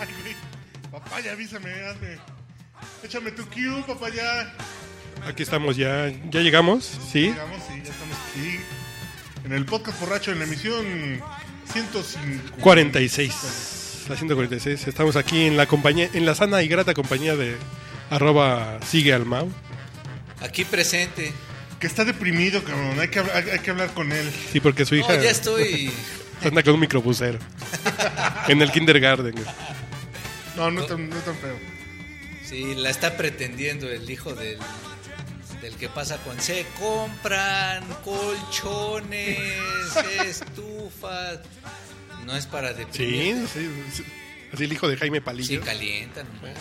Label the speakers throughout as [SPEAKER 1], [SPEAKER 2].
[SPEAKER 1] Ay, güey. Papaya, avísame, hazme. Échame tu cue, papaya.
[SPEAKER 2] Aquí estamos ya. ¿Ya llegamos? ¿Sí?
[SPEAKER 1] Llegamos y ya estamos aquí. En el podcast borracho, en la emisión 105.
[SPEAKER 2] 46. La 146. Estamos aquí en la compañía, en la sana y grata compañía de arroba sigue al Mau.
[SPEAKER 3] Aquí presente.
[SPEAKER 1] Que está deprimido, cabrón. Hay que, hab- hay, hay que hablar con él.
[SPEAKER 2] Sí, porque su
[SPEAKER 3] No,
[SPEAKER 2] hija
[SPEAKER 3] ya estoy.
[SPEAKER 2] anda con un microbusero. en el kindergarten. güey.
[SPEAKER 1] No,
[SPEAKER 2] Oh.
[SPEAKER 1] no, tan, no tan feo.
[SPEAKER 3] Sí, la está pretendiendo el hijo del, del que pasa con. Se compran colchones, estufas. No es para deprimir.
[SPEAKER 2] Sí, sí. sí. Así el hijo de Jaime
[SPEAKER 3] Sí,
[SPEAKER 2] Palillo.
[SPEAKER 3] calientan. nomás.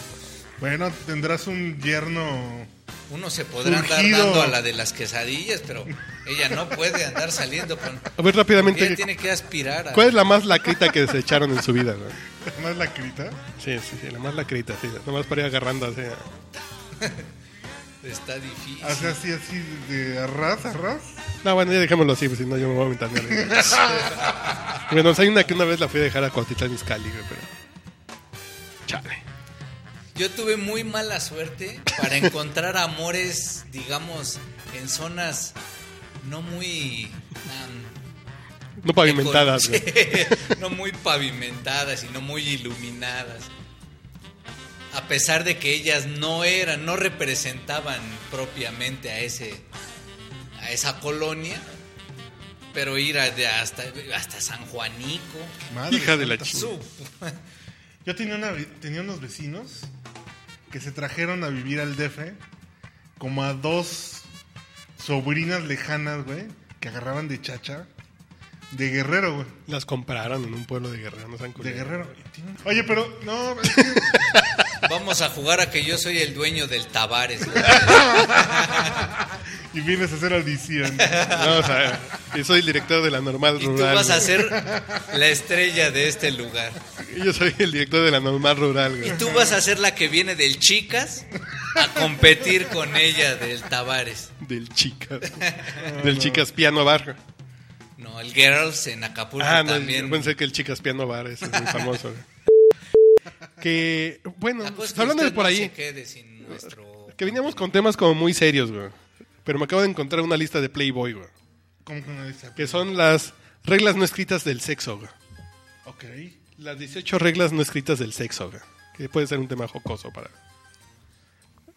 [SPEAKER 1] Bueno, tendrás un yerno.
[SPEAKER 3] Uno se podrá andar
[SPEAKER 1] Urgido.
[SPEAKER 3] dando a la de las quesadillas, pero ella no puede andar saliendo con.
[SPEAKER 2] A ver,
[SPEAKER 3] Ella
[SPEAKER 2] rápidamente,
[SPEAKER 3] tiene que aspirar a.
[SPEAKER 2] ¿cuál es la más lacrita que se echaron en su vida? no?
[SPEAKER 1] Más la crita.
[SPEAKER 2] Sí, sí, sí, la más lacrita, sí. Nomás para ir agarrando así.
[SPEAKER 3] Está difícil.
[SPEAKER 1] Hace así, así, de arras, arras.
[SPEAKER 2] No, bueno, ya dejémoslo así, pues, si no yo me voy a aventar. mira. bueno, o sea, hay una que una vez la fui a dejar a Cuautitlán Izcalli, güey, pero... Chale.
[SPEAKER 3] Yo tuve muy mala suerte para encontrar amores, digamos, en zonas no muy. am,
[SPEAKER 2] No pavimentadas, güey.
[SPEAKER 3] eco- no muy pavimentadas y no muy iluminadas. A pesar de que ellas no eran, no representaban propiamente a ese. a esa colonia. Pero ir a- de hasta, hasta San Juanico.
[SPEAKER 1] Madre
[SPEAKER 2] Hija de la
[SPEAKER 1] santa.
[SPEAKER 2] ch-
[SPEAKER 3] su-
[SPEAKER 1] Yo tenía, una, tenía unos vecinos que se trajeron a vivir al DF como a dos sobrinas lejanas, güey, que agarraban de chacha. De guerrero, güey.
[SPEAKER 2] Las compraron en un pueblo de Guerrero, no sean
[SPEAKER 1] De
[SPEAKER 2] culeros.
[SPEAKER 1] guerrero. Y tiene- Oye, pero no, es que
[SPEAKER 3] Vamos a jugar a que yo soy el dueño del Tabares. ¿no?
[SPEAKER 1] Y vienes a hacer audición.
[SPEAKER 2] No, o sea, yo soy el director de la normal
[SPEAKER 3] Y tú
[SPEAKER 2] rural.
[SPEAKER 3] vas a
[SPEAKER 2] güey.
[SPEAKER 3] ser la estrella de este lugar.
[SPEAKER 2] Yo soy el director de la normal rural,
[SPEAKER 3] Y
[SPEAKER 2] güey.
[SPEAKER 3] tú vas a ser la que viene del Chicas a competir con ella del Tabares.
[SPEAKER 2] Del chicas. Del chicas piano bar.
[SPEAKER 3] No, el Girls en Acapulco
[SPEAKER 2] Ah, no,
[SPEAKER 3] también.
[SPEAKER 2] yo pensé que el chicas piano bar ese es muy famoso. güey. que, bueno, pues,
[SPEAKER 3] La cosa es que
[SPEAKER 2] hablando de
[SPEAKER 3] usted
[SPEAKER 2] por
[SPEAKER 3] no
[SPEAKER 2] ahí...
[SPEAKER 3] se quede sin nuestro-
[SPEAKER 2] Que veníamos con temas como muy serios, güey. Pero me acabo de encontrar una lista de Playboy, güey.
[SPEAKER 1] ¿Cómo que no dice?
[SPEAKER 2] Que son las reglas no escritas del sexo, güey.
[SPEAKER 1] Ok.
[SPEAKER 2] Las 18 reglas no escritas del sexo, güey. Que puede ser un tema jocoso para,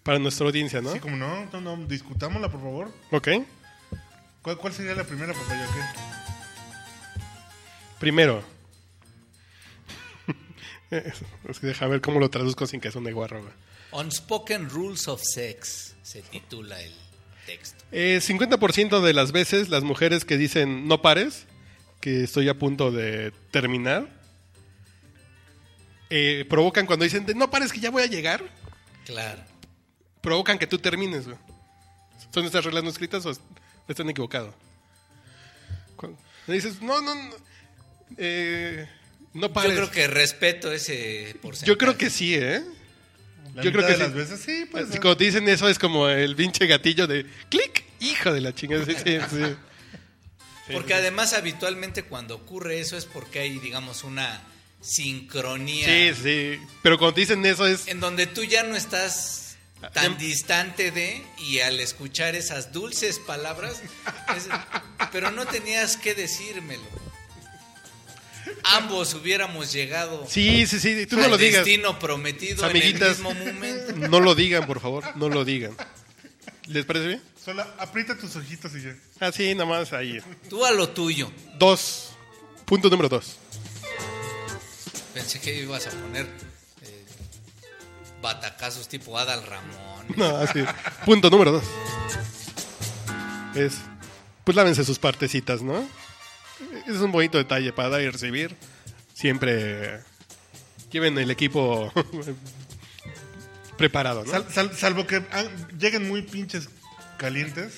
[SPEAKER 2] para nuestra audiencia, ¿no?
[SPEAKER 1] Sí, como no, no, no, discutámosla, por favor.
[SPEAKER 2] Ok.
[SPEAKER 1] ¿Cuál, cuál sería la primera, papá? ¿Yo qué?
[SPEAKER 2] Primero. es que deja ver cómo lo traduzco sin que suene guarro, güey.
[SPEAKER 3] Unspoken Rules of Sex se titula el texto.
[SPEAKER 2] Eh, 50% de las veces las mujeres que dicen no pares, que estoy a punto de terminar, eh, provocan cuando dicen de, no pares que ya voy a llegar,
[SPEAKER 3] Claro.
[SPEAKER 2] provocan que tú termines. güey. ¿Son estas reglas no escritas o est- están equivocados? Cuando dices, no, no, no, eh, no
[SPEAKER 3] Yo
[SPEAKER 2] pares.
[SPEAKER 3] creo que respeto ese porcentaje.
[SPEAKER 2] Yo creo que sí, ¿eh?
[SPEAKER 1] La
[SPEAKER 2] Yo creo
[SPEAKER 1] mitad
[SPEAKER 2] que
[SPEAKER 1] de
[SPEAKER 2] sí.
[SPEAKER 1] las veces sí, pues.
[SPEAKER 2] Así Cuando te dicen eso es como el pinche gatillo de clic, hijo de la chingada. Sí, sí, sí.
[SPEAKER 3] Porque además habitualmente cuando ocurre eso es porque hay, digamos, una sincronía.
[SPEAKER 2] Sí, sí. Pero cuando te dicen eso es.
[SPEAKER 3] En donde tú ya no estás
[SPEAKER 2] Ah, Ya-
[SPEAKER 3] tan distante de y al escuchar esas dulces palabras, es- pero no tenías que decírmelo. Ambos hubiéramos llegado
[SPEAKER 2] Sí, sí, sí. Tú
[SPEAKER 3] al
[SPEAKER 2] no lo digas.
[SPEAKER 3] destino prometido
[SPEAKER 2] Amiguitas.
[SPEAKER 3] en el mismo momento.
[SPEAKER 2] No lo digan, por favor. No lo digan. ¿Les parece bien?
[SPEAKER 1] Solo aprieta tus ojitos y ya.
[SPEAKER 2] Así, nada más ahí.
[SPEAKER 3] Tú a lo tuyo.
[SPEAKER 2] Dos. Punto número dos.
[SPEAKER 3] Pensé que ibas a poner eh, batacazos tipo Adal Ramón.
[SPEAKER 2] No, así. Punto número dos. Es. Pues lávense sus partecitas, ¿no? Es un bonito detalle para dar y recibir. Siempre. lleven el equipo preparado, ¿no?
[SPEAKER 1] Sal- sal- salvo que ah, lleguen muy pinches calientes.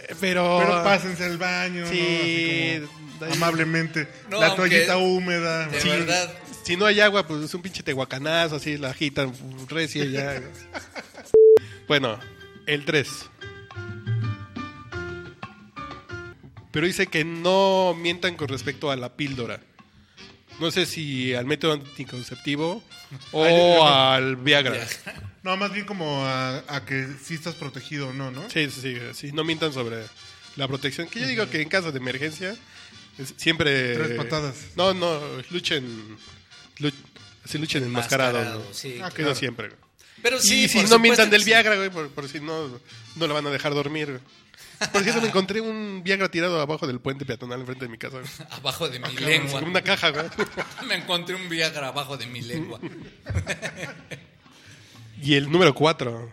[SPEAKER 2] Eh, pero...
[SPEAKER 1] Pero pásense al baño,
[SPEAKER 2] Sí,
[SPEAKER 1] ¿no? Así como
[SPEAKER 2] da-
[SPEAKER 1] amablemente.
[SPEAKER 3] No,
[SPEAKER 1] la
[SPEAKER 3] aunque-
[SPEAKER 1] toallita húmeda.
[SPEAKER 3] De
[SPEAKER 1] Sí.
[SPEAKER 3] verdad,
[SPEAKER 2] Si no hay agua, pues es un pinche tehuacanazo, así la agitan recio y ya. bueno, el 3. Pero dice que no mientan con respecto a la píldora. No sé si al método anticonceptivo o al Viagra.
[SPEAKER 1] No, más bien como a, a que sí estás protegido o no, ¿no?
[SPEAKER 2] Sí, sí, sí, sí, No mientan sobre la protección. Que yo digo que en caso de emergencia, es- siempre.
[SPEAKER 1] Tres patadas.
[SPEAKER 2] No, no, luchen. luch- así luchen enmascarados.
[SPEAKER 3] Enmascarados,
[SPEAKER 2] ¿no?
[SPEAKER 3] sí,
[SPEAKER 2] Ah, que
[SPEAKER 1] claro.
[SPEAKER 2] no siempre. güey.
[SPEAKER 3] pero
[SPEAKER 2] y
[SPEAKER 3] sí.
[SPEAKER 2] si
[SPEAKER 3] por
[SPEAKER 2] no
[SPEAKER 3] supuesto
[SPEAKER 2] mientan
[SPEAKER 3] que
[SPEAKER 2] del
[SPEAKER 3] sí.
[SPEAKER 2] Viagra, güey, por, por si no, no la van a dejar dormir. güey. Por cierto, me encontré un Viagra tirado abajo del puente peatonal enfrente de mi casa. güey.
[SPEAKER 3] Abajo
[SPEAKER 2] Ah,
[SPEAKER 3] de mi lengua.
[SPEAKER 2] Con una caja, güey.
[SPEAKER 3] Me encontré un Viagra abajo de mi lengua.
[SPEAKER 2] Y el número 4,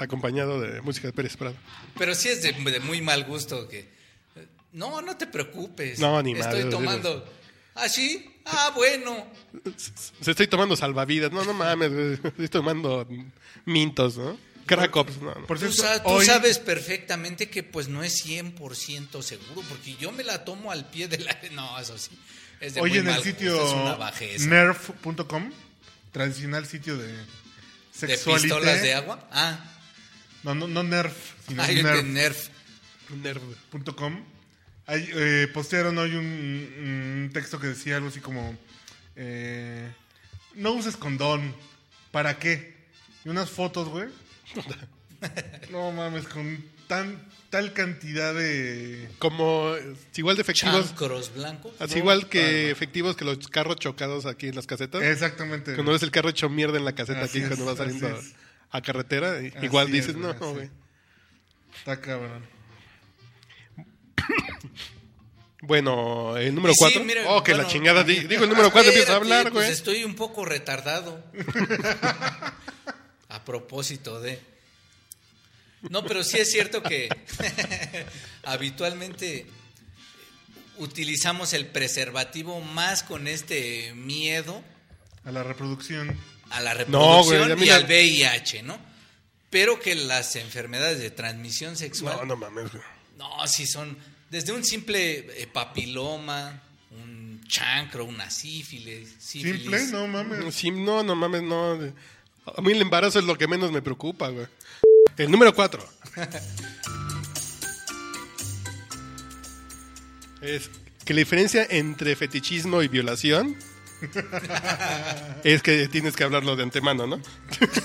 [SPEAKER 2] acompañado de música de Pérez Prado.
[SPEAKER 3] Pero sí es de, de muy mal gusto que. eh, No, no te preocupes.
[SPEAKER 2] No, ni
[SPEAKER 3] Estoy
[SPEAKER 2] madre,
[SPEAKER 3] tomando. ¿Ah, sí? Ah, bueno.
[SPEAKER 2] Se estoy tomando salvavidas. No, no mames, güey. Estoy tomando mintos, ¿no? Cracops, no. no.
[SPEAKER 1] Por
[SPEAKER 3] Tú,
[SPEAKER 1] cierto,
[SPEAKER 3] sa- tú
[SPEAKER 1] hoy-
[SPEAKER 3] sabes perfectamente que pues no es 100% seguro, porque yo me la tomo al pie de la... No, eso sí. Es de
[SPEAKER 1] Hoy
[SPEAKER 3] muy
[SPEAKER 1] en el
[SPEAKER 3] mal gusto,
[SPEAKER 1] sitio
[SPEAKER 3] es una bajeza.
[SPEAKER 1] nerf.com, tradicional sitio de
[SPEAKER 3] ¿De
[SPEAKER 1] sexualité.
[SPEAKER 3] pistolas de Ah, agua? Ah,
[SPEAKER 1] No, no, no nerf, sino
[SPEAKER 3] hay un
[SPEAKER 1] nerf.com.
[SPEAKER 3] nerf.
[SPEAKER 2] Nerv.
[SPEAKER 1] Ahí, eh, postearon hoy un, un texto que decía algo así como, eh, no uses condón, ¿para qué? Y unas fotos, güey. No mames, con tan tal cantidad de...
[SPEAKER 2] Como eh, igual de efectivos,
[SPEAKER 3] Chancros blancos.
[SPEAKER 2] así igual que efectivos que los carros chocados aquí en las casetas.
[SPEAKER 1] Exactamente.
[SPEAKER 2] Cuando ves el carro hecho mierda en la caseta
[SPEAKER 1] Este. Así
[SPEAKER 2] aquí
[SPEAKER 1] es,
[SPEAKER 2] cuando vas
[SPEAKER 1] así
[SPEAKER 2] saliendo
[SPEAKER 1] es.
[SPEAKER 2] a carretera, i-
[SPEAKER 1] Así
[SPEAKER 2] igual
[SPEAKER 1] es,
[SPEAKER 2] dices,
[SPEAKER 1] güey,
[SPEAKER 2] no,
[SPEAKER 1] así
[SPEAKER 2] güey.
[SPEAKER 1] es. Está cabrón.
[SPEAKER 2] Bueno, el número
[SPEAKER 3] Y sí,
[SPEAKER 2] 4.
[SPEAKER 3] mira,
[SPEAKER 2] oh, que
[SPEAKER 3] bueno,
[SPEAKER 2] la chingada. di- Digo, el número 4 empieza a
[SPEAKER 3] espérate,
[SPEAKER 2] hablar,
[SPEAKER 3] pues
[SPEAKER 2] güey.
[SPEAKER 3] estoy un poco retardado. a propósito de... No, pero sí es cierto que habitualmente utilizamos el preservativo más con este miedo
[SPEAKER 1] A la reproducción.
[SPEAKER 3] a la
[SPEAKER 2] No, güey,
[SPEAKER 3] reproducción
[SPEAKER 2] ya
[SPEAKER 3] y
[SPEAKER 2] mira-
[SPEAKER 3] al VIH, ¿no? Pero que las enfermedades de transmisión sexual,
[SPEAKER 2] No, no mames, güey.
[SPEAKER 3] no, sí son desde un simple eh, papiloma, un chancro, una sífilis, sífilis.
[SPEAKER 1] Simple, no mames.
[SPEAKER 2] Sí, no, no mames, no. A mí el embarazo es lo que menos me preocupa, güey. El número 4. es que la diferencia entre fetichismo y violación es que tienes que hablarlo de antemano, ¿no?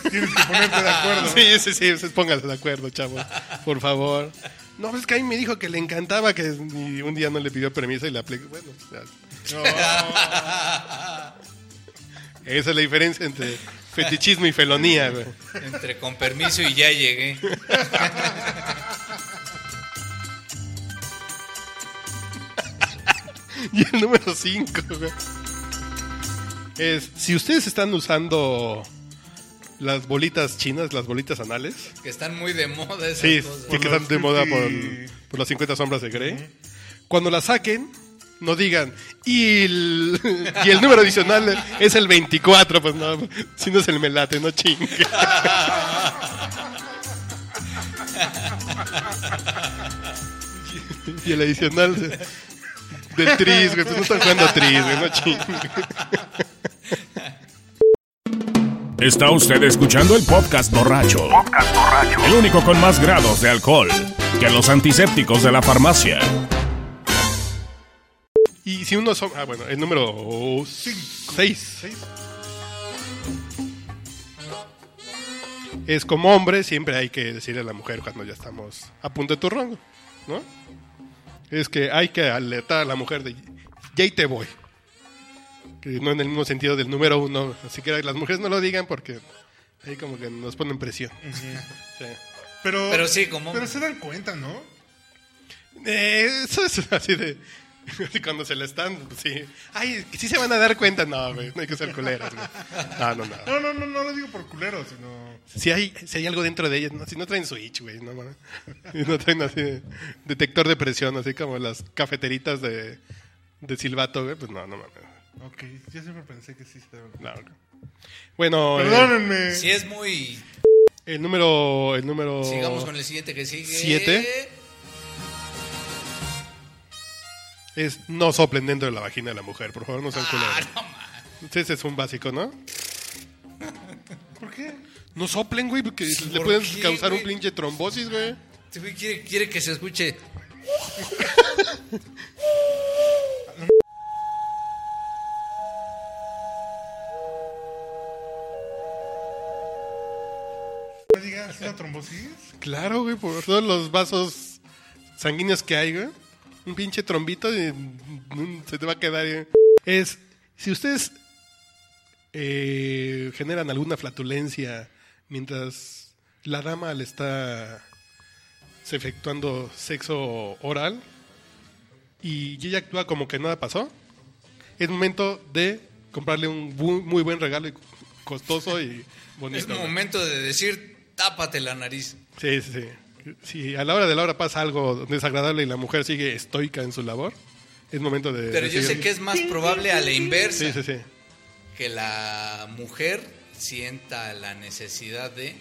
[SPEAKER 1] Tienes que ponerte de acuerdo.
[SPEAKER 2] Sí, sí, sí, sí, pónganse de acuerdo, chavos, por favor. No, pues es que a mí me dijo que le encantaba que ni un día no le pidió permiso y le aplicó. Bueno, ya.
[SPEAKER 1] No,
[SPEAKER 2] esa es la diferencia entre fetichismo y felonía, güey.
[SPEAKER 3] Entre con permiso y ya llegué.
[SPEAKER 2] Y el número 5, Es, si ustedes están usando las bolitas chinas, las bolitas anales,
[SPEAKER 3] Que están muy de moda esas
[SPEAKER 2] sí,
[SPEAKER 3] cosas.
[SPEAKER 2] que
[SPEAKER 1] Por
[SPEAKER 2] quedan
[SPEAKER 1] los
[SPEAKER 2] de moda por,
[SPEAKER 1] 50.
[SPEAKER 2] por las 50 sombras de Grey, cuando las saquen, no digan, y el, y el número adicional es el 24, pues no, si no es el melate, no chingue. Y el adicional de- del tris, güey, pues no están jugando tris, güey, no chingue.
[SPEAKER 4] Está usted escuchando el podcast borracho. El único con más grados de alcohol que los antisépticos de la farmacia.
[SPEAKER 2] Y si uno son. Ah, bueno, el número 6.
[SPEAKER 1] seis.
[SPEAKER 2] Es como hombre, siempre hay que decirle a la mujer cuando ya estamos a punto de turrón, ¿no? Es que hay que alertar a la mujer de. Ya ahí te voy. Que no en el mismo sentido del número uno. Así que las mujeres no lo digan porque ahí como que nos ponen presión. Sí.
[SPEAKER 1] Pero,
[SPEAKER 3] Pero sí, como-
[SPEAKER 1] Pero se dan cuenta, ¿no?
[SPEAKER 2] Eh, Eso es así de. Cuando se le están, pues, sí. Ay, sí se van a dar cuenta. No, güey, no hay que ser culeras, güey. No, no, no.
[SPEAKER 1] No, no, no, no lo digo por culero, sino.
[SPEAKER 2] Si hay, si hay algo dentro de ellas, no, si no traen switch, güey, no mames. Y no traen así de- detector de presión, así como las cafeteritas de, de silbato, güey, pues no, no mames.
[SPEAKER 1] Ok, yo siempre pensé que sí se daban cuenta.
[SPEAKER 2] No, güey. Bueno, eh,
[SPEAKER 1] Perdónenme.
[SPEAKER 3] Si es muy.
[SPEAKER 2] el número. El número.
[SPEAKER 3] Sigamos con el siguiente que sigue.
[SPEAKER 2] Oh. ¿Siete? Es no soplen dentro de la vagina de la mujer, por favor, no sean
[SPEAKER 3] Ah,
[SPEAKER 2] culeros.
[SPEAKER 3] no ma.
[SPEAKER 2] Ese es un básico, ¿no?
[SPEAKER 1] ¿Por qué?
[SPEAKER 2] No soplen, güey, porque le
[SPEAKER 3] ¿por
[SPEAKER 2] pueden
[SPEAKER 3] qué,
[SPEAKER 2] causar un
[SPEAKER 3] güey?
[SPEAKER 2] pinche trombosis, güey.
[SPEAKER 3] Este güey quiere, quiere que se escuche.
[SPEAKER 1] No digas una trombosis.
[SPEAKER 2] Claro, güey, por todos los vasos sanguíneos que hay, güey. Un pinche trombito y, mm, se te va a quedar. eh. Es, si ustedes eh, generan alguna flatulencia mientras la dama le está se efectuando sexo oral y ella actúa como que nada pasó, es momento de comprarle un bu- muy buen regalo y costoso y bonito.
[SPEAKER 3] Es
[SPEAKER 2] güey.
[SPEAKER 3] momento de decir, tápate la nariz.
[SPEAKER 2] Sí, sí, sí. Si a la hora de la hora pasa algo desagradable y la mujer sigue estoica en su labor, es momento de...
[SPEAKER 3] Pero yo
[SPEAKER 2] decir-
[SPEAKER 3] sé que es más probable a la inversa.
[SPEAKER 2] Sí, sí, sí.
[SPEAKER 3] que la mujer sienta la necesidad de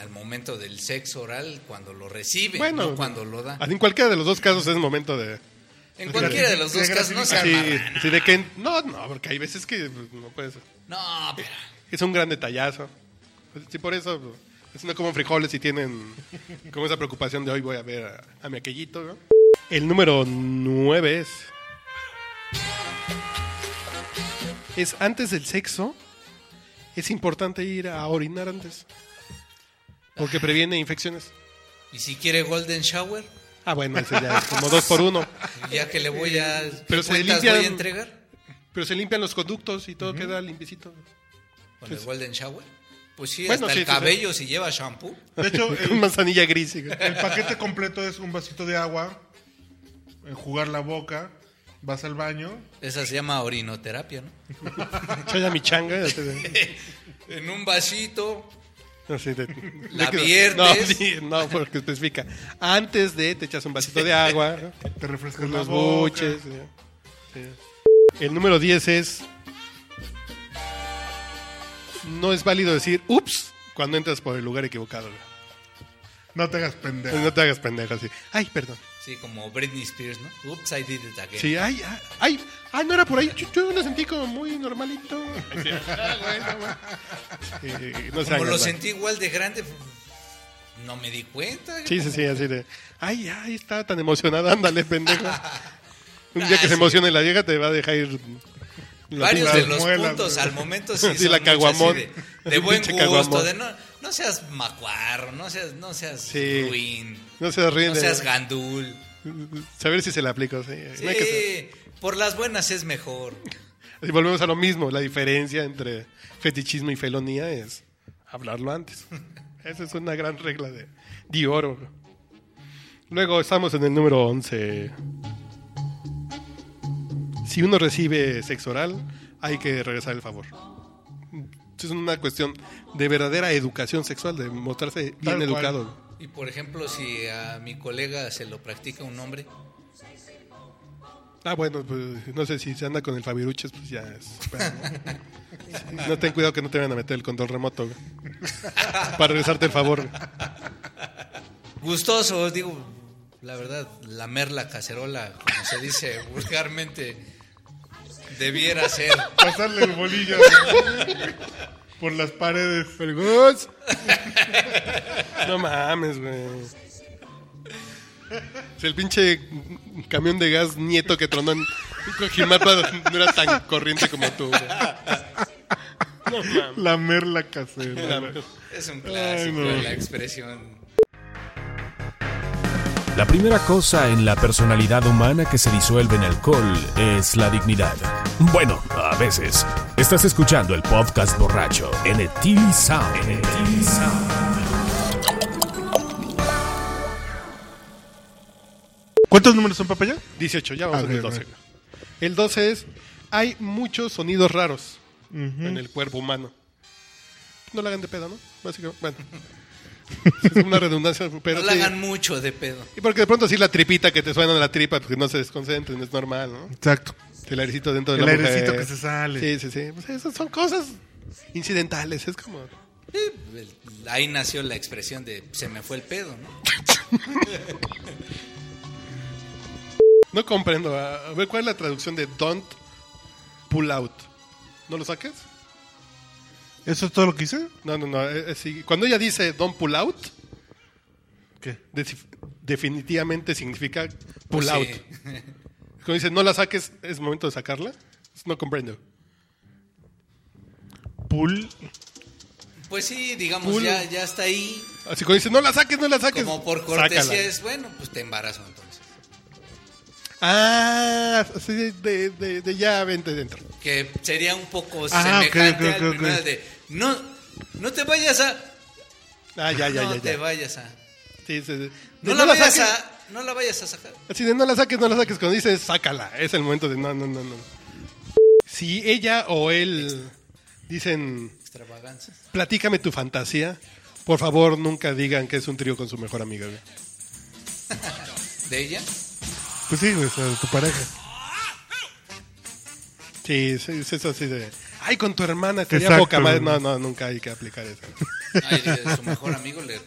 [SPEAKER 3] al momento del sexo oral cuando lo recibe,
[SPEAKER 2] Bueno, Ah,
[SPEAKER 3] no cuando lo da.
[SPEAKER 2] Así, en cualquiera de los dos casos es momento de...
[SPEAKER 3] En cualquiera de los dos
[SPEAKER 1] de
[SPEAKER 3] casos no se
[SPEAKER 2] Así,
[SPEAKER 3] arma.
[SPEAKER 2] así de que... No, no, porque hay veces que pues, no puedes...
[SPEAKER 3] No, pero
[SPEAKER 2] Es un gran detallazo. Pues, Sí, por eso... pues, Es no como frijoles y tienen como esa preocupación de hoy voy a ver a, a mi aquellito, ¿no? El número 9 es... Es antes del sexo, es importante ir a orinar antes. Porque previene infecciones.
[SPEAKER 3] y si quiere golden shower,
[SPEAKER 2] Ah, bueno, ese ya es como dos por uno.
[SPEAKER 3] ya que le voy a
[SPEAKER 2] Eh, Pero
[SPEAKER 3] ¿qué
[SPEAKER 2] se
[SPEAKER 3] cuentas
[SPEAKER 2] limpian-
[SPEAKER 3] voy a entregar
[SPEAKER 2] Pero se limpian los conductos y todo queda limpiecito.
[SPEAKER 3] con el golden shower. Pues sí,
[SPEAKER 2] Bueno,
[SPEAKER 3] hasta
[SPEAKER 2] sí,
[SPEAKER 3] el
[SPEAKER 2] sí, sí.
[SPEAKER 3] cabello si lleva shampoo.
[SPEAKER 1] De hecho,
[SPEAKER 2] Con
[SPEAKER 1] el,
[SPEAKER 2] manzanilla gris. y-
[SPEAKER 1] el paquete completo es un vasito de agua, enjugar la boca, vas al baño.
[SPEAKER 3] Esa se llama orinoterapia, ¿no?
[SPEAKER 2] Chaya mi changa. así de-
[SPEAKER 3] En un vasito,
[SPEAKER 2] Así de,
[SPEAKER 3] La
[SPEAKER 2] líquido.
[SPEAKER 3] viertes.
[SPEAKER 2] No, sí, no, porque especifica. Antes de te echas un vasito de agua, ¿no?
[SPEAKER 1] Te refrescas
[SPEAKER 2] con
[SPEAKER 1] la
[SPEAKER 2] los
[SPEAKER 1] boca.
[SPEAKER 2] buches. ¿no? Sí. El número 10 es. No es válido decir ups cuando entras por el lugar equivocado. güey.
[SPEAKER 1] No te hagas pendejo.
[SPEAKER 2] No te hagas pendejo así. Ay, perdón.
[SPEAKER 3] sí, como Britney Spears, ¿no? Oops, I did it again.
[SPEAKER 2] Sí, ay, ay, ay, ay, no era por ahí. Yo, yo lo sentí como muy normalito. Ay, sí, ah, güey, no, güey. Sí, no se
[SPEAKER 3] Como
[SPEAKER 2] hagan,
[SPEAKER 3] lo
[SPEAKER 2] va.
[SPEAKER 3] sentí igual de grande, no me di cuenta.
[SPEAKER 2] Sí, sí, sí, así de. Ay, ay, está tan emocionada, ándale, pendejo. Un día
[SPEAKER 3] Ah,
[SPEAKER 2] que
[SPEAKER 3] sí.
[SPEAKER 2] se emocione la vieja te va a dejar ir. la
[SPEAKER 3] Varios
[SPEAKER 2] pinche-
[SPEAKER 3] de
[SPEAKER 1] las
[SPEAKER 3] los
[SPEAKER 1] muelas,
[SPEAKER 3] puntos
[SPEAKER 1] güey.
[SPEAKER 3] al momento sí,
[SPEAKER 2] Sí,
[SPEAKER 3] son
[SPEAKER 2] la
[SPEAKER 3] mucho así
[SPEAKER 2] caguamón.
[SPEAKER 3] de, de
[SPEAKER 2] El
[SPEAKER 3] buen
[SPEAKER 2] pinche
[SPEAKER 3] gusto,
[SPEAKER 2] caguamón.
[SPEAKER 3] de no, no seas macuarro, no seas, no seas
[SPEAKER 2] Sí.
[SPEAKER 3] ruin,
[SPEAKER 2] No se ríen.
[SPEAKER 3] no seas gandul.
[SPEAKER 2] Saber si se la aplico, sí. no hay que ser-
[SPEAKER 3] Sí, por las buenas es mejor.
[SPEAKER 2] Y volvemos a lo mismo. La diferencia entre fetichismo y felonía es hablarlo antes. Esa es una gran regla de, de oro. Luego estamos en el número 11. Si uno recibe sexo oral, hay que regresar el favor. Es una cuestión de verdadera educación sexual, de mostrarse
[SPEAKER 1] Tal
[SPEAKER 2] bien
[SPEAKER 1] cual.
[SPEAKER 2] educado.
[SPEAKER 3] Y por ejemplo, si a mi colega se lo practica un hombre,
[SPEAKER 2] Ah, bueno, pues no sé si se anda con el Fabiruches, pues ya es. pedo, ¿no? No ten cuidado que no te vayan a meter el control remoto, güey. Para regresarte el favor. güey.
[SPEAKER 3] gustoso, digo, la verdad, lamer la cacerola, como se dice vulgarmente, debiera ser.
[SPEAKER 1] Pasarle el bolillo güey, por las paredes.
[SPEAKER 2] Fergus. No mames, güey. Si el pinche camión de gas nieto que tronó en Cojimalpa no era tan corriente como tú, güey. No mames.
[SPEAKER 1] Lamer la casera. güey.
[SPEAKER 3] Es un clásico
[SPEAKER 1] no.
[SPEAKER 3] la expresión.
[SPEAKER 4] La primera cosa en la personalidad humana que se disuelve en alcohol es la dignidad. Bueno, a veces. Estás escuchando el podcast borracho en el TV Sound.
[SPEAKER 1] ¿Cuántos números son papaya?
[SPEAKER 2] 18, ya vamos
[SPEAKER 1] Ah,
[SPEAKER 2] en el
[SPEAKER 1] bien,
[SPEAKER 2] 12.
[SPEAKER 1] bien.
[SPEAKER 2] El 12 es, hay muchos sonidos raros en el cuerpo humano. No la hagan de pedo, ¿no? Básicamente, bueno. es una redundancia, pero
[SPEAKER 3] No la
[SPEAKER 2] sí.
[SPEAKER 3] hagan mucho de pedo.
[SPEAKER 2] Y porque de pronto sí la tripita que te suena en la tripa, porque no se desconcentren, es normal, ¿no?
[SPEAKER 1] Exacto.
[SPEAKER 2] El airecito dentro de
[SPEAKER 1] El
[SPEAKER 2] la
[SPEAKER 1] airecito
[SPEAKER 2] mujer.
[SPEAKER 1] que se sale.
[SPEAKER 2] Sí, sí, sí. Pues esas son cosas incidentales, es como...
[SPEAKER 3] Eh, Ahí nació la expresión de se me fue el pedo, ¿no?
[SPEAKER 2] No comprendo. A a ver, ¿cuál es la traducción de don't pull out? ¿No lo saques?
[SPEAKER 1] ¿Eso es todo lo que hice?
[SPEAKER 2] No, no, no. eh, eh, sí. Cuando ella dice don't pull out,
[SPEAKER 1] ¿Qué?
[SPEAKER 2] desif- definitivamente significa pull
[SPEAKER 3] Pues sí.
[SPEAKER 2] out. Cuando dice no la saques, es momento de sacarla. No comprendo.
[SPEAKER 1] Pull.
[SPEAKER 3] Pues sí, digamos,
[SPEAKER 2] Pull.
[SPEAKER 3] ya, ya está ahí.
[SPEAKER 2] Así cuando dice no la saques, no la saques.
[SPEAKER 3] Como por cortesía
[SPEAKER 2] sácala.
[SPEAKER 3] es, bueno, pues te embarazo entonces.
[SPEAKER 2] Ah, sí, de, de, de ya vente dentro.
[SPEAKER 3] Que sería un poco
[SPEAKER 1] Ah, ok,
[SPEAKER 3] semejante
[SPEAKER 1] ok,
[SPEAKER 3] al
[SPEAKER 1] ok, ok.
[SPEAKER 3] primero de no, no te vayas a.
[SPEAKER 2] Ah, ya, ya,
[SPEAKER 3] no
[SPEAKER 2] ya.
[SPEAKER 3] te
[SPEAKER 2] ya.
[SPEAKER 3] vayas a.
[SPEAKER 2] Sí, sí, sí.
[SPEAKER 3] No,
[SPEAKER 2] De,
[SPEAKER 3] la vayas
[SPEAKER 2] saques.
[SPEAKER 3] a. No la vayas a sacar.
[SPEAKER 2] Así de no la saques, no la saques. Cuando dices sácala, es el momento de no, no, no, no. Si ella o él dicen
[SPEAKER 3] Extravagancia.
[SPEAKER 2] platícame tu fantasía, por favor nunca digan que es un trío con su mejor amiga. güey.
[SPEAKER 3] ¿De ella?
[SPEAKER 2] Pues sí, güey, o sea, tu pareja. Sí, es, es eso así de. Ay, con tu hermana, estaría
[SPEAKER 1] Exacto,
[SPEAKER 2] poca madre.
[SPEAKER 1] güey.
[SPEAKER 2] No, no, nunca hay que aplicar eso.
[SPEAKER 3] Ay, de su mejor amigo le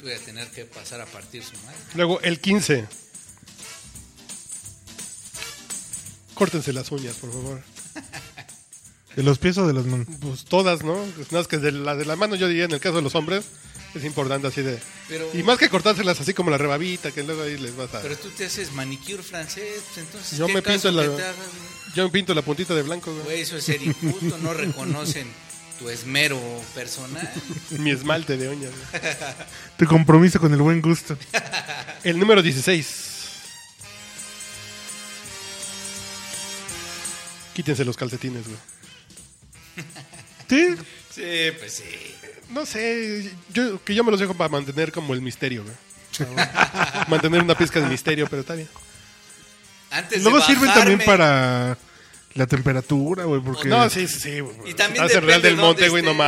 [SPEAKER 3] voy a tener que pasar a partir su madre.
[SPEAKER 2] Luego, el 15. Córtense las uñas, por favor.
[SPEAKER 1] ¿De los pies o de las manos?
[SPEAKER 2] Pues todas, ¿no? Pues nada más que de la de la mano, yo diría, en el caso de los hombres, es importante así de.
[SPEAKER 3] Pero-
[SPEAKER 2] Y más que cortárselas así como la rebabita, que luego ahí les vas a.
[SPEAKER 3] Pero tú te haces manicure francés, pues entonces.
[SPEAKER 2] Yo
[SPEAKER 3] ¿qué
[SPEAKER 2] me
[SPEAKER 3] caso
[SPEAKER 2] pinto la-
[SPEAKER 3] que te hagas,
[SPEAKER 2] Yo me pinto la puntita de blanco, güey.
[SPEAKER 3] güey? Eso es ser injusto, no reconocen tu esmero personal.
[SPEAKER 2] Mi esmalte de uñas. güey.
[SPEAKER 1] Te compromiso con el buen gusto.
[SPEAKER 2] El número 16. Quítense los calcetines, güey.
[SPEAKER 1] ¿Sí?
[SPEAKER 3] Sí, pues sí.
[SPEAKER 2] No sé, yo, que yo me los dejo para mantener como el misterio, güey. mantener una pizca de misterio, pero está bien.
[SPEAKER 3] Antes
[SPEAKER 1] Luego
[SPEAKER 3] de
[SPEAKER 1] sirven
[SPEAKER 3] bajarme-
[SPEAKER 1] también para la temperatura, güey, porque...
[SPEAKER 2] No, sí, sí, sí. güey.
[SPEAKER 3] Y también
[SPEAKER 2] Estás en Real
[SPEAKER 3] depende
[SPEAKER 2] del Monte,
[SPEAKER 3] dónde
[SPEAKER 2] güey, no
[SPEAKER 3] estés.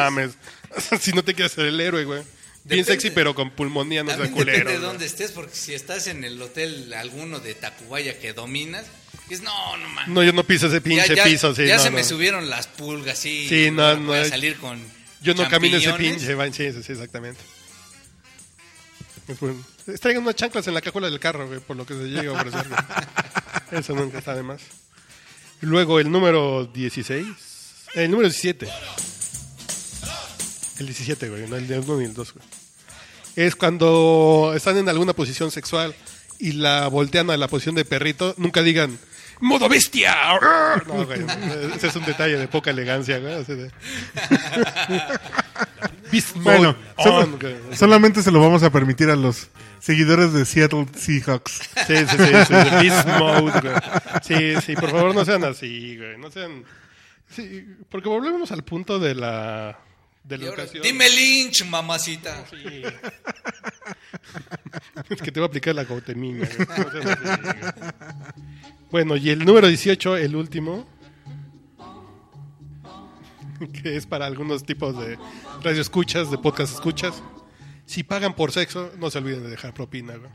[SPEAKER 2] mames. si no te quieres ser el héroe, güey. Bien
[SPEAKER 3] Depende.
[SPEAKER 2] sexy, pero con pulmonía no seas
[SPEAKER 3] También
[SPEAKER 2] culero.
[SPEAKER 3] depende de
[SPEAKER 2] güey.
[SPEAKER 3] dónde estés, porque si estás en el hotel alguno de Tacubaya que dominas, dices, no, no mames.
[SPEAKER 2] No, yo no piso ese
[SPEAKER 3] Ya,
[SPEAKER 2] pinche
[SPEAKER 3] ya-
[SPEAKER 2] piso, sí.
[SPEAKER 3] ya
[SPEAKER 2] no,
[SPEAKER 3] se
[SPEAKER 2] no.
[SPEAKER 3] me subieron las pulgas, sí.
[SPEAKER 2] Sí, no,
[SPEAKER 3] Voy
[SPEAKER 2] no,
[SPEAKER 3] a salir con.
[SPEAKER 2] Yo no camino ese
[SPEAKER 3] champiñones.
[SPEAKER 2] pinche van, sí, sí, sí, exactamente. Es bueno. Traigan unas chanclas en la cajuela del carro, güey, por lo que se llega a ofrecer. güey. Eso nunca está de más. Luego el número 16. El número 17. El 17, güey, no el 1 ni el 2, güey. Es cuando están en alguna posición sexual y la voltean a la posición de perrito, nunca digan ¡Modo bestia! No, güey, ese es un detalle de poca elegancia, güey. así de- Beast mode
[SPEAKER 1] Bueno,
[SPEAKER 2] on,
[SPEAKER 1] solo-
[SPEAKER 2] güey.
[SPEAKER 1] solamente se lo vamos a permitir a los seguidores de Seattle Seahawks.
[SPEAKER 2] Sí, sí, sí, sí, sí, beast mode, güey. Sí, sí, por favor, no sean así, güey. No sean. Sí, porque volvemos al punto de la. De
[SPEAKER 3] Y
[SPEAKER 2] la
[SPEAKER 3] ahora,
[SPEAKER 2] ocasión.
[SPEAKER 3] Dime Lynch, mamacita.
[SPEAKER 2] Sí. Es que te voy a aplicar la cautemina. güey. No sean así, güey. Bueno, y el número 18, el último. Que es para algunos tipos de radio escuchas, de podcast escuchas. Si pagan por sexo, no se olviden de dejar propina, güey.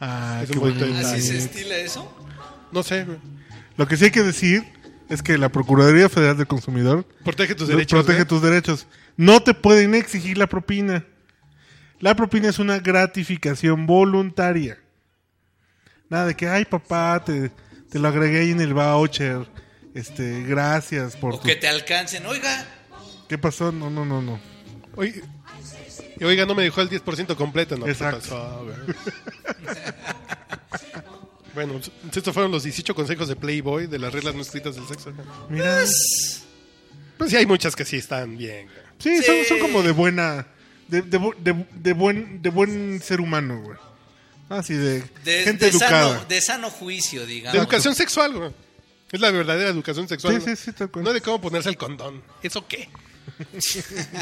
[SPEAKER 1] Ah,
[SPEAKER 2] Es este. un
[SPEAKER 1] qué
[SPEAKER 2] bonito
[SPEAKER 1] bonito.
[SPEAKER 3] Así
[SPEAKER 2] Ay.
[SPEAKER 3] se estila eso.
[SPEAKER 2] No sé, güey.
[SPEAKER 1] Lo que sí hay que decir es que la Procuraduría Federal del Consumidor
[SPEAKER 2] Protege tus
[SPEAKER 1] Pro-
[SPEAKER 2] derechos. ¿eh?
[SPEAKER 1] protege
[SPEAKER 2] güey.
[SPEAKER 1] tus derechos. No te pueden exigir la propina. La propina es una gratificación voluntaria. Nada de que, ay papá, te, te lo agregué ahí en el voucher. Este, gracias por
[SPEAKER 3] O
[SPEAKER 1] tu-
[SPEAKER 3] que te alcancen. Oiga,
[SPEAKER 1] ¿Qué pasó? No, no, no, no.
[SPEAKER 2] Oye, y oiga, no me dejó el 10% completo. No, pues,
[SPEAKER 1] Exacto.
[SPEAKER 2] ¿qué pasó, güey? bueno, pues, estos fueron los 18 consejos de Playboy de las reglas no escritas del sexo.
[SPEAKER 1] Mira.
[SPEAKER 2] Pues sí, hay muchas que sí están bien. güey.
[SPEAKER 1] Sí, Son,
[SPEAKER 3] Sí.
[SPEAKER 1] son como de buena. De, de bu- de- de buen, de buen ser humano, güey. Así de,
[SPEAKER 3] de,
[SPEAKER 1] gente
[SPEAKER 3] de
[SPEAKER 1] educada.
[SPEAKER 3] Sano, de sano juicio,
[SPEAKER 2] De
[SPEAKER 3] digamos.
[SPEAKER 2] educación sexual, güey. Es la verdadera educación sexual.
[SPEAKER 1] Sí,
[SPEAKER 2] güey.
[SPEAKER 1] sí, sí, tal cual.
[SPEAKER 2] No de cómo ponerse el condón. ¿Eso qué?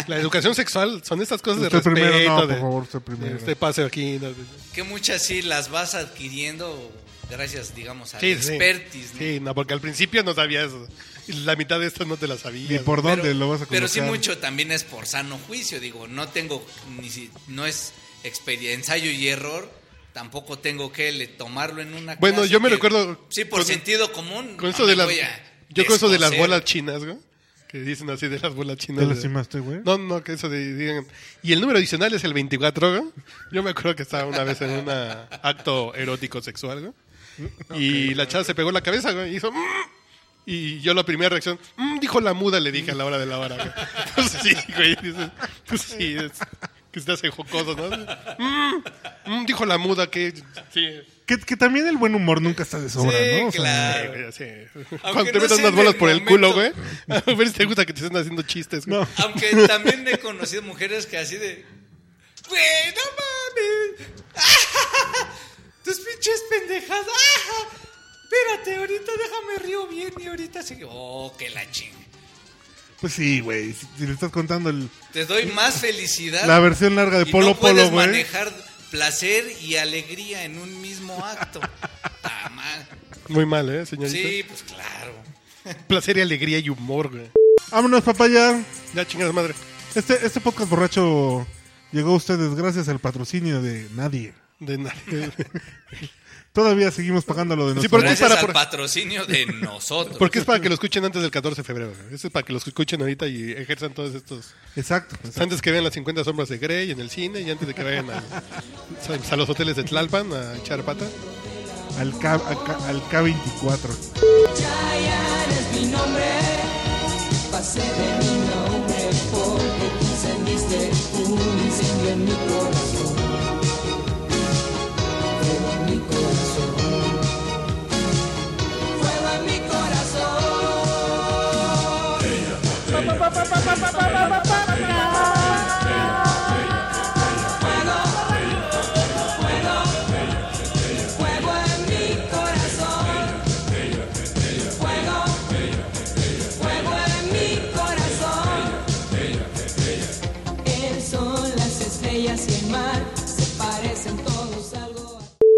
[SPEAKER 2] la educación sexual son estas cosas de
[SPEAKER 1] Usted
[SPEAKER 2] respeto.
[SPEAKER 1] primero, no,
[SPEAKER 2] de-
[SPEAKER 1] por favor, usted primero.
[SPEAKER 2] de Este paseo aquí. no, de-
[SPEAKER 3] Que muchas sí las vas adquiriendo gracias, digamos, al
[SPEAKER 2] Sí, sí.
[SPEAKER 3] expertise. ¿no?
[SPEAKER 2] Sí, no, porque al principio no sabías. La mitad de estas no te las sabías.
[SPEAKER 1] Ni
[SPEAKER 2] güey.
[SPEAKER 1] por dónde lo vas a
[SPEAKER 3] pero sí
[SPEAKER 1] colocar.
[SPEAKER 3] mucho también es por sano juicio. Digo, no tengo, ni si- no es experie- ensayo y error. Tampoco tengo que le- tomarlo en una
[SPEAKER 2] Bueno,
[SPEAKER 3] clase
[SPEAKER 2] yo me
[SPEAKER 3] que-
[SPEAKER 2] recuerdo
[SPEAKER 3] Sí, por
[SPEAKER 2] con-
[SPEAKER 3] sentido común.
[SPEAKER 2] Con
[SPEAKER 3] no
[SPEAKER 2] eso de
[SPEAKER 3] me
[SPEAKER 2] las.
[SPEAKER 3] voy a
[SPEAKER 2] Yo con eso de las
[SPEAKER 3] descoser.
[SPEAKER 2] bolas chinas, güey. Que dicen así de las bolas
[SPEAKER 1] ¿Te
[SPEAKER 2] chinas. de-
[SPEAKER 1] lastimaste, güey?
[SPEAKER 2] No, no, que eso de- digan. Y el número adicional es el 24, güey. Yo me acuerdo que estaba una vez en un acto erótico sexual, güey. Y la chava se pegó en la cabeza, güey. Y hizo. "Mm". Y yo la primera reacción, "Mm", dijo la muda, le dije a la hora de la hora, güey. Pues sí, güey. dices, pues sí, es que se hace jocoso, ¿no? "Mm, mm", dijo la muda que. Sí,
[SPEAKER 1] Que, que también el buen humor nunca está de sobra,
[SPEAKER 3] Sí,
[SPEAKER 1] ¿no? O sea,
[SPEAKER 2] sí,
[SPEAKER 3] claro.
[SPEAKER 2] güey, sí. Cuando te
[SPEAKER 3] no
[SPEAKER 2] metas
[SPEAKER 3] sea
[SPEAKER 2] unas
[SPEAKER 3] en
[SPEAKER 2] bolas
[SPEAKER 3] el
[SPEAKER 2] por el culo, güey.
[SPEAKER 3] momento.
[SPEAKER 2] A ver si te gusta que te estén haciendo chistes, güey.
[SPEAKER 1] No.
[SPEAKER 3] Aunque también he conocido mujeres que así de. ¡Güey, no mames! ¡Ah! ¡Tus pinches pendejas! ¡Ah! Espérate, ahorita déjame río bien y ahorita sí. ¡Oh, que la chinga!
[SPEAKER 1] Pues sí, güey. Si, si le estás contando el-
[SPEAKER 3] Te doy más felicidad.
[SPEAKER 1] la versión larga de
[SPEAKER 3] Ah. y
[SPEAKER 1] Polo
[SPEAKER 3] no
[SPEAKER 1] Polo,
[SPEAKER 3] puedes
[SPEAKER 1] güey.
[SPEAKER 3] manejar placer y alegría en un mismo acto. Está mal.
[SPEAKER 2] Muy mal, ¿eh, señorita?
[SPEAKER 3] Sí, pues claro.
[SPEAKER 2] Placer y alegría y humor, güey.
[SPEAKER 1] Vámonos, papaya.
[SPEAKER 2] Ya chingada madre.
[SPEAKER 1] Este, este podcast borracho llegó a ustedes gracias al patrocinio de nadie.
[SPEAKER 2] De nada.
[SPEAKER 1] Todavía seguimos pagando lo de
[SPEAKER 2] Sí,
[SPEAKER 1] nosotros.
[SPEAKER 2] porque es
[SPEAKER 3] Gracias
[SPEAKER 2] para-
[SPEAKER 3] al
[SPEAKER 2] por-
[SPEAKER 3] patrocinio de nosotros.
[SPEAKER 2] Porque es para que lo escuchen antes del 14 de febrero. güey. Eso es para que lo escuchen ahorita y ejerzan todos estos.
[SPEAKER 1] Exacto. pues, exacto.
[SPEAKER 2] Antes que vean las 50 sombras de Grey en el cine y antes de que vayan al- a, los hoteles de Tlalpan a echar pata.
[SPEAKER 1] Al, K, al K- al K24.
[SPEAKER 5] Chayanne es mi nombre, pasé de mi nombre porque tú sentiste un incendio en mi corazón, fuego en mi corazón, fuego en mi corazón, Pa, pa, pa, pa, pa, pa, pa, pa, pa, pa, pa. fuego, fuego, fuego en mi corazón. Fuego, fuego en mi corazón. El sol, las estrellas y el mar